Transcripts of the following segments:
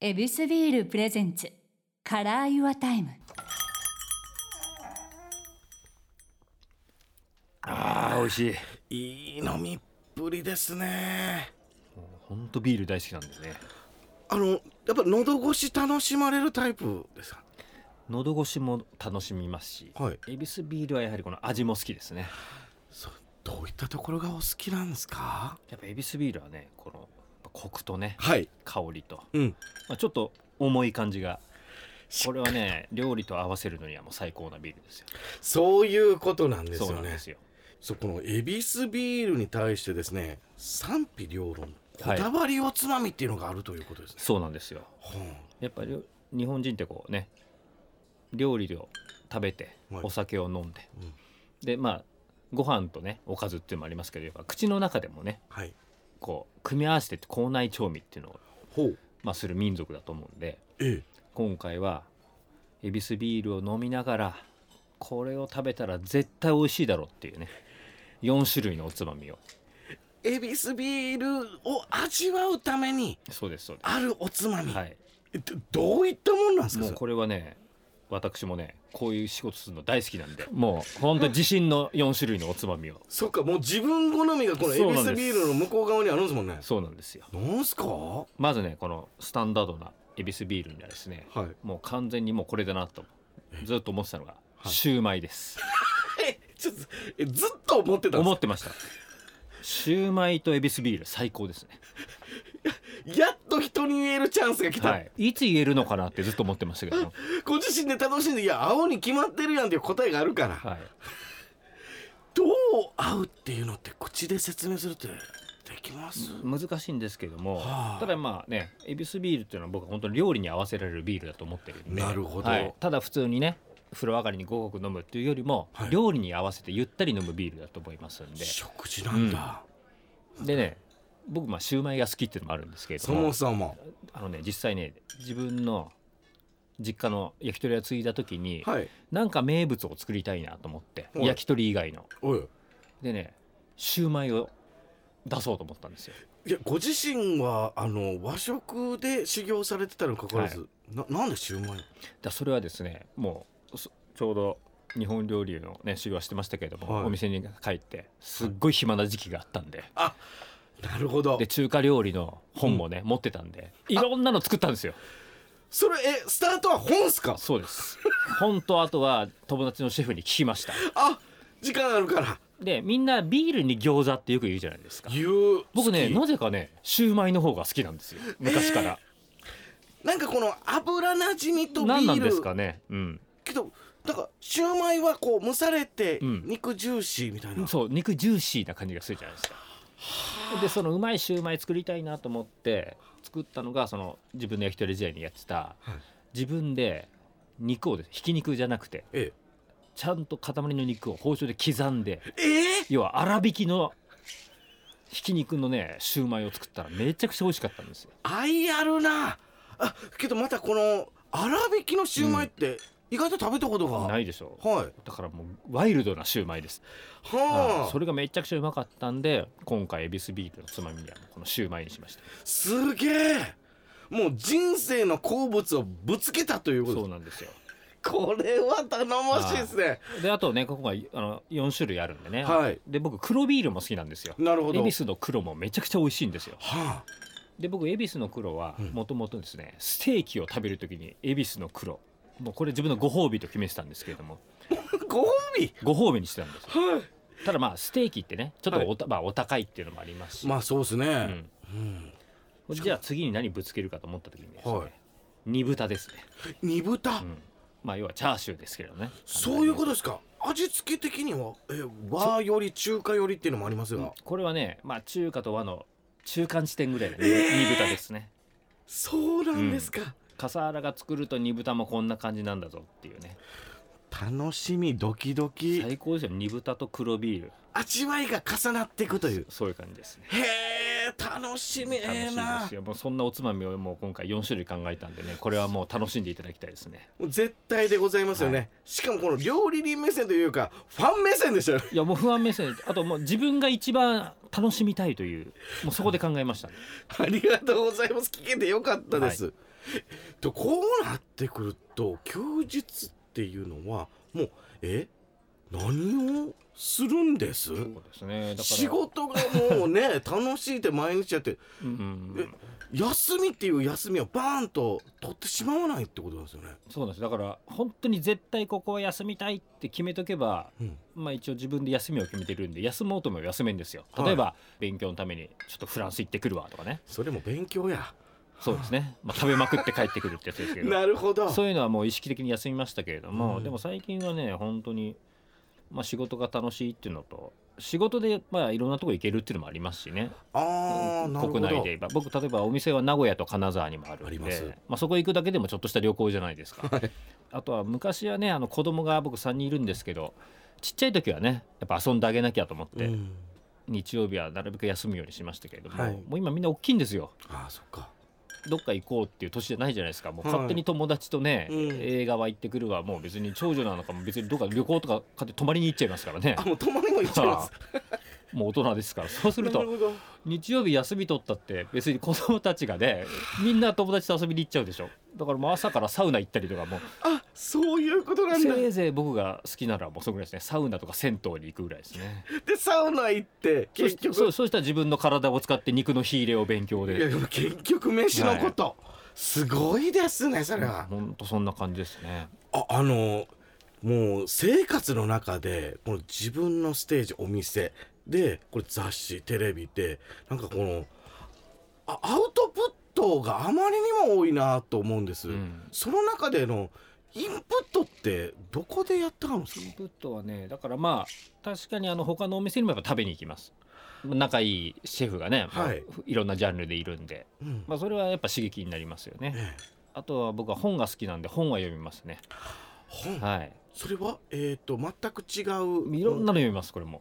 エビスビールプレゼンツカラーユアタイムあー美味しいいい飲みっぷりですねほんとビール大好きなんだよねあのやっぱ喉越し楽しまれるタイプですか喉越しも楽しみますし、はいエビスビールはやはりこの味も好きですねそうどういったところがお好きなんですかやっぱエビスビールはねこのやっぱコクとねはい香りと、うんまあ、ちょっと重い感じがこれはね料理と合わせるのにはもう最高なビールですよそういうことなんですそうよなんねですよそうこのエビスビールに対してですね賛否両論こはいだわりおつまみっていうのがあるということですね、そうなんですよほうやっぱり日本人ってこうね料理を食べてはいお酒を飲んで、うんでまあご飯とねおかずっていうのもありますけどやっぱ口の中でもねはいこう組み合わせて口内調味っていうのを、ほうまあ、する民族だと思うんでええ今回はエビスビールを飲みながらこれを食べたら絶対美味しいだろうっていうね4種類のおつまみをエビスビールを味わうためにそうですそうであるおつますみ、はいえどどういったもんなんですもかうそれこれはね私もねこういう仕事するの大好きなんで もうほんと自信の4種類のおつまみをそっかもう自分好みがこのエそうビなんですスビールの向こう側にあるんですもんねそうなんですよなんすかはまずねこのスタンダードなエビスビールにはですねいもう完全にもうこれだなとずっと思ってたのがはいシューマイです、えちょっとえずっと思ってたんで思すってましたシューマイとエビスビール最高ですねやっと人に言えるチャンスが来た、はいいつ言えるのかなってずっと思ってましたけどもご自身で楽しんでいや青に決まってるやんっていう答えがあるから、はいどう合うっていうのって口で説明するってできます、難しいんですけども、はあただまあねエビスビールっていうのは僕は本当に料理に合わせられるビールだと思ってるんでなるほどはいただ普通にね風呂上がりにごく飲むっていうよりも、はい料理に合わせてゆったり飲むビールだと思いますんで食事なんだ、でね僕まあシューマイが好きっていうのもあるんですけれどそももそもあのね実際ね自分の実家の焼き鳥屋継いだ時に、はいなんか名物を作りたいなと思って、はい焼き鳥以外のおいでねシューマイを出そうと思ったんですよいやご自身はあの和食で修行されてたにもかかわらず、はななんでシューマイだそれはですねもうそちょうど日本料理のね修行はしてましたけれども、はいお店に帰ってすっごい暇な時期があったんで、なるほどで中華料理の本もね、持ってたんでいろんなの作ったんですよそれえスタートは本っすかそう です本当あとは友達のシェフに聞きましたあ時間あるからでみんなビールに餃子ってよく言うじゃないですか言う僕ね好なぜかねシューマイの方が好きなんですよ昔から、きなんかこの油なじみとビール何なんですかねうんけどなんかシューマイはこう蒸されてうん肉ジューシーみたいな、そう肉ジューシーな感じがするじゃないですかでそのうまいシューマイ作りたいなと思って作ったのがその自分の焼き鳥時代にやってた、はい自分で肉をですひき肉じゃなくてえちゃんと塊の肉を包丁で刻んでえええ要は粗挽きのひき肉のねシューマイを作ったらめちゃくちゃ美味しかったんですよ愛あるなあけどまたこの粗挽きのシューマイって意外と食べたことが、ないでしょはいだからもうワイルドなシューマイです、ははいあそれがめちゃくちゃうまかったんで今回エビスビールのつまみにはこのシューマイにしましたすげえもう人生の好物をぶつけたというこそとうなんですよこれは頼もしいですねであとねここがあの4種類あるんでね、はいで僕黒ビールも好きなんですよなるほど恵比は寿の黒もめちゃくちゃ美味しいんですよあで僕恵比寿の黒はうんもともとですね、ステーキを食べる時に恵比寿の黒もうこれ自分のご褒美と決めてたんですけれども ご褒美ご褒美にしてたんですよはただまあステーキってねちょっはといお,、まあ、お高いっていうのもありますし、いまあそうですうね、ん、うんじゃあ次に何ぶつけるかと思った時にですね、はい煮豚ですね、煮豚、うん、まあ要はチャーシューですけどねそういうことですか味付け的にはえ和より中華よりっていうのもありますが、これはね、まあ、中華と和の中間地点ぐらいの煮えー煮豚ですね、そうなんですか、笠原が作ると煮豚もこんな感じなんだぞっていうね楽しみドキドキ最高ですよ煮豚と黒ビール味わいが重なっていくというそういう感じですねへえ楽しみえ楽しえいでなすよもうそんなおつまみをもう今回4種類考えたんでねこれはもう楽しんでいただきたいですねもう絶対でございますよね、はしかもこの料理人目線というかファン目線でしたよいやもう不安目線あともう自分が一番楽 しみたいというもうそこで考えましたね、ありがとうございます聞けてよかったです、とこうなってくると休日っていうのはもうえ何をするんでそすうですねだから仕、事がもうね 楽しいって毎日やってうんうんうんえ休みっていう休みをバーンと取ってしまわないってことなんですよね。そうなんですだから本当に絶対ここは休みたいって決めとけば、うんまあ、一応自分で休みを決めてるんで休もうとも休めんですよはい例えば、勉強のためにちょっとフランス行ってくるわとかねそれも勉強や。そうですね、まあ、食べまくって帰ってくるってやつですけど なるほど。そういうのはもう意識的に休みましたけれども、うんでも最近はね本当にまあ仕事が楽しいっていうのと仕事でまあいろんなとこ行けるっていうのもありますしねああ、なるほ国ど。内で言えば僕例えばお店は名古屋と金沢にもあるんでありますまあ、そこ行くだけでもちょっとした旅行じゃないですか、あとは昔はねあの子供が僕3人いるんですけどちっちゃい時はねやっぱ遊んであげなきゃと思って、うん、日曜日はなるべく休むようにしましたけれども、はいもう今みんな大きいんですよああ、そっか。どっか行こうっていう年じゃないじゃないですかもうはい勝手に友達とね、うん映画は行ってくるわもう別に長女なのかも別にどっか旅行とか勝手に泊まりに行っちゃいますからねあ、もう泊まりも行っちゃい ます。もう大人ですからそうする なとほど。日曜日休み取ったって別に子供たちがねみんな友達と遊びに行っちゃうでしょだからもう朝からサウナ行ったりとかもあ、そういうことうなんだ。せいぜい僕が好きならもうそのぐらいですねサウナとか銭湯に行くぐらいです ねで、サウナ行って、そ結しそう局。そうしたら自分の体を使って肉の火入れを勉強いや、ででも結局飯のこと。すごいですね、それは。ほんとそんな感じですねあ、あの。もう生活の中で、この自分のステージ、お店。で、これ雑誌、テレビで、なんかこの。あ、アウトプットがあまりにも多いなと思うんです。うんその中でのインプットってどこでやったんですインかプットはねだからまあ確かにあの他のお店にもやっぱ食べに行きます仲いいシェフがね、まあはいいろんなジャンルでいるんで、うんまあ、それはやっぱ刺激になりますよねええあとは僕は本が好きなんで本は読みますね本はいそれはえっ、と全く違ういろんなの読みますこれも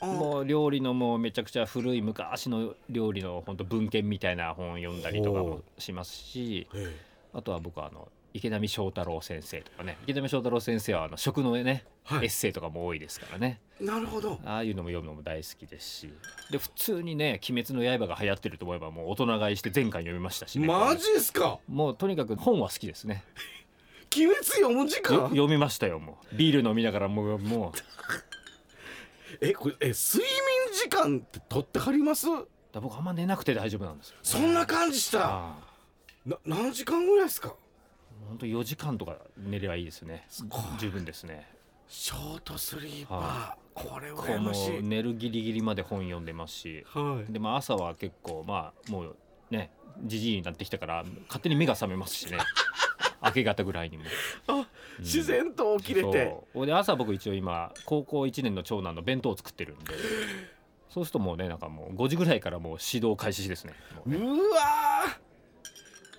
あもう料理のもうめちゃくちゃ古い昔の料理の本当文献みたいな本を読んだりとかもしますしええあとは僕はあの池波正太郎先生とかね池波正太郎先生はあの食のね、はエッいセイとかも多いですからねなるほどああいうのも読むのも大好きですしで普通にね「鬼滅の刃」が流行ってると思えばもう大人買いして全巻読みましたし、ね、マジですかもうとにかく本は好きですね鬼滅読む時よ間読みましたよもうビール飲みながらもうもうだかえこれえ睡眠時間って取ってはりますら僕あんま寝なくて大丈夫なんですよ、そんな感じしたああな何時間ぐらいですかほんと4時間とか寝ればいいですねごい十分ですねショートスリーはパーこれこ羨ましうい寝るギリギリまで本読んでますしはいでも朝は結構まあもうねじじいになってきたから勝手に目が覚めます しね明け方ぐらいにもあ自然と起きれてそうで朝僕一応今高校1年の長男の弁当を作ってるんでそうするともうねなんかもう5時ぐらいからもう指導開始ですねもううねわ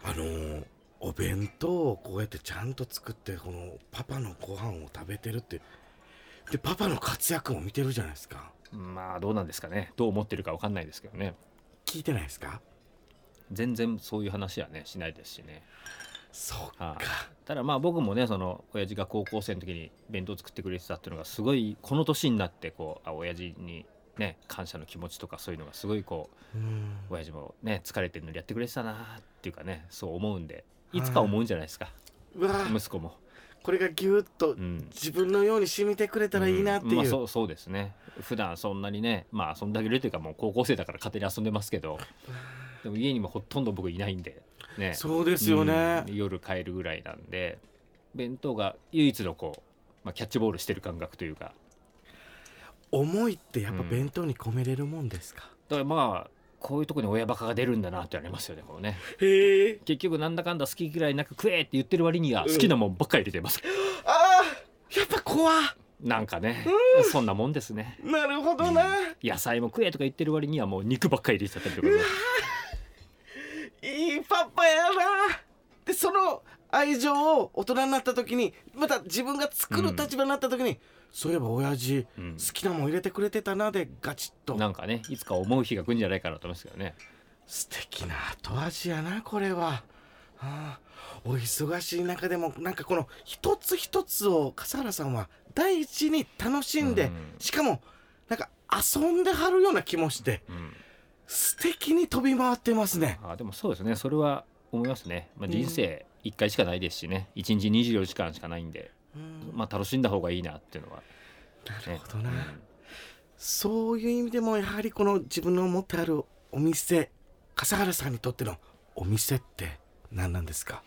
ーあのーお弁当をこうやってちゃんと作ってこのパパのご飯を食べてるってでパパの活躍も見てるじゃないですかまあどうなんですかねどう思ってるかわかんないですけどね聞いてないですか全然そういう話はねしないですしねそっかはただまあ僕もねその親父が高校生の時に弁当作ってくれてたっていうのがすごいこの年になってこうあ親父にね感謝の気持ちとかそういうのがすごいこううん親父もね疲れてるのにやってくれてたなっていうかねそう思うんでいつか思うんじゃないですかうわー息子も。これがギュッとうん自分のように染みてくれたらいいなってんまあ、いそううそうですね普段そんなにねまあ遊んであげるというかもう高校生だから勝手に遊んでますけどでも家にもほとんど僕いないんでねそうですよねうん夜帰るぐらいなんで弁当が唯一のこう、まあ、キャッチボールしてる感覚というか思いってやっぱうん弁当に込めれるもんですかだからまあこういうとこに親バカが出るんだなってありますよねこうねへえ結局なんだかんだ好き嫌いなく食えって言ってる割には好きなもんばっかり出てます、あーやっぱ怖なんかね、そんなもんですねなるほどな野菜も食えとか言ってる割にはもう肉ばっかり入れちゃったりとかねいいパパやなでその愛情を大人になった時にまた自分が作る立場になった時に、そういえば親父、うん好きなもん入れてくれてたなでガチッとなんかねいつか思う日が来るんじゃないかなと思いますけどね素敵な後味やなこれは、ああ、お忙しい中でもなんかこの一つ一つを笠原さんは第一に楽しんうで、んしかもなんか遊んではるような気もしてうん素敵に飛び回ってますねあでもそうですねそれは思いますね、まあ、うん人生1回しかないですしね1日24時間しかないんで、うんまあ、楽しんだ方がいいなっていうのは、なるほどな、うんそういう意味でもやはりこの自分の持ってあるお店笠原さんにとってのお店って何なんですか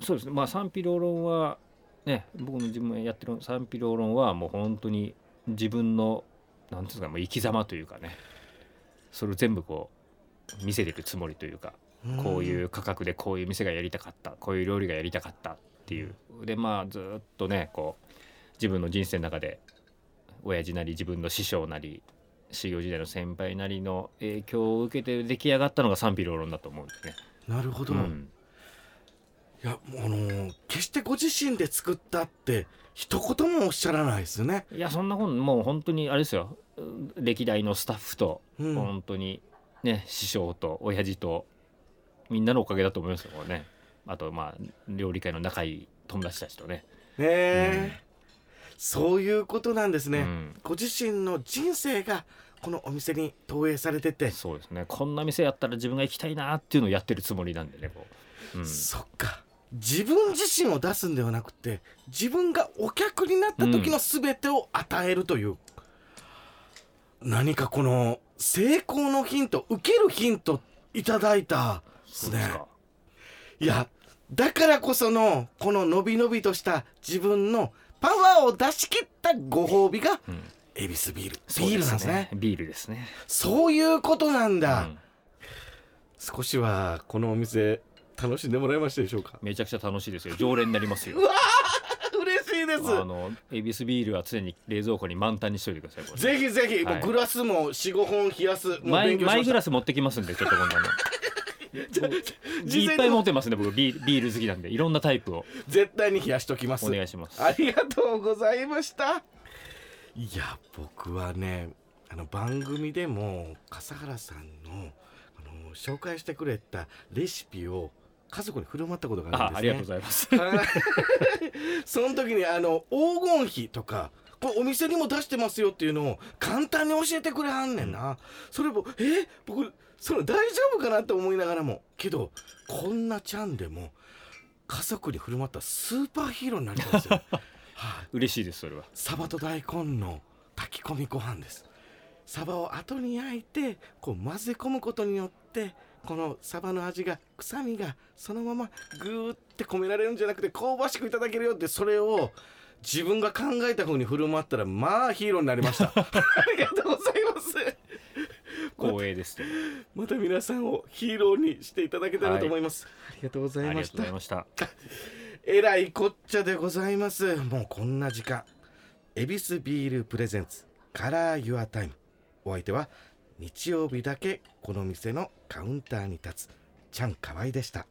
そうですねまあ賛否両論はね僕の自分がやってる賛否両論はもう本当に自分のなんていうんですかもう生き様というかねそれを全部こう見せていくつもりというかこういうう価格でこういう店がやりたかったこういう料理がやりたかったっていうでまあずっとねこう自分の人生の中で親父なり自分の師匠なり修行時代の先輩なりの影響を受けて出来上がったのが賛否両論だと思うんですね。なるほど、うんいやもうあのー決してご自身で作ったって一言もおっしゃらないですね、いやそんなこともう本当にあれですようん歴代のスタッフとうん本当にね、師匠と親父とみんなのおかげだと思いますよこれねあとまあ料理界の仲いい友達たちとねねえ、そういうことなんですね、うんご自身の人生がこのお店に投影されてて、そうですねこんな店やったら自分が行きたいなっていうのをやってるつもりなんでねこう、うん、そっか自分自身を出すんではなくて自分がお客になった時の全てを与えるという、何かこの成功のヒント受けるヒントいただいたですそうでねすかいやだからこそのこの伸び伸びとした自分のパワーを出し切ったご褒美がうん恵比寿ビールそうビールなんですねビールですね、そういうことなんうだ、ん、少しはこのお店楽しんでもらいましたでしょ うかめちゃくちゃ楽しいですよ常連になり ますよ嬉しいであの恵比寿ビールは常に冷蔵庫に満タンにしといてくださいこれぜひぜひ、はいもうグラスも四五本冷やす。もうマイ勉強マしイましグた。ラス持ってきますんでちょっとこんな のい事前っにぱい持ってますね僕ビールビール好きなんでいろんなタイプを絶対に冷やしときます。お願いしますありがとうございました。いや、僕はね、あの番組でも笠原さんの。あの紹介してくれたレシピを家族に振る舞ったことがああるんですね。ありがとうございますはいその時にあの黄金比とかこれお店にも出してますよっていうのを簡単に教えてくれはんねんな、それもえ僕それ大丈夫かなって思いながらもけどこんなちゃんでも家族に振る舞ったスーパーヒーローになりたんですよ、 はい嬉しいですそれはサバと大根の炊き込みご飯ですサバを後に焼いてこう混ぜ込むことによってこのサバの味が臭みがそのままグーって込められるんじゃなくて香ばしくいただけるよってそれを自分が考えた風に振る舞ったらまあヒーローになりました ありがとうございます光栄ですとまた皆さんをヒーローにしていただけたらと思います、ありがとうござあいりがまとしうごたざいましたえらいこっちゃでございますもうこんな時間恵比寿ビールプレゼンツカラーユアタイムお相手は日曜日だけこの店のカウンターに立つちゃんかわいでした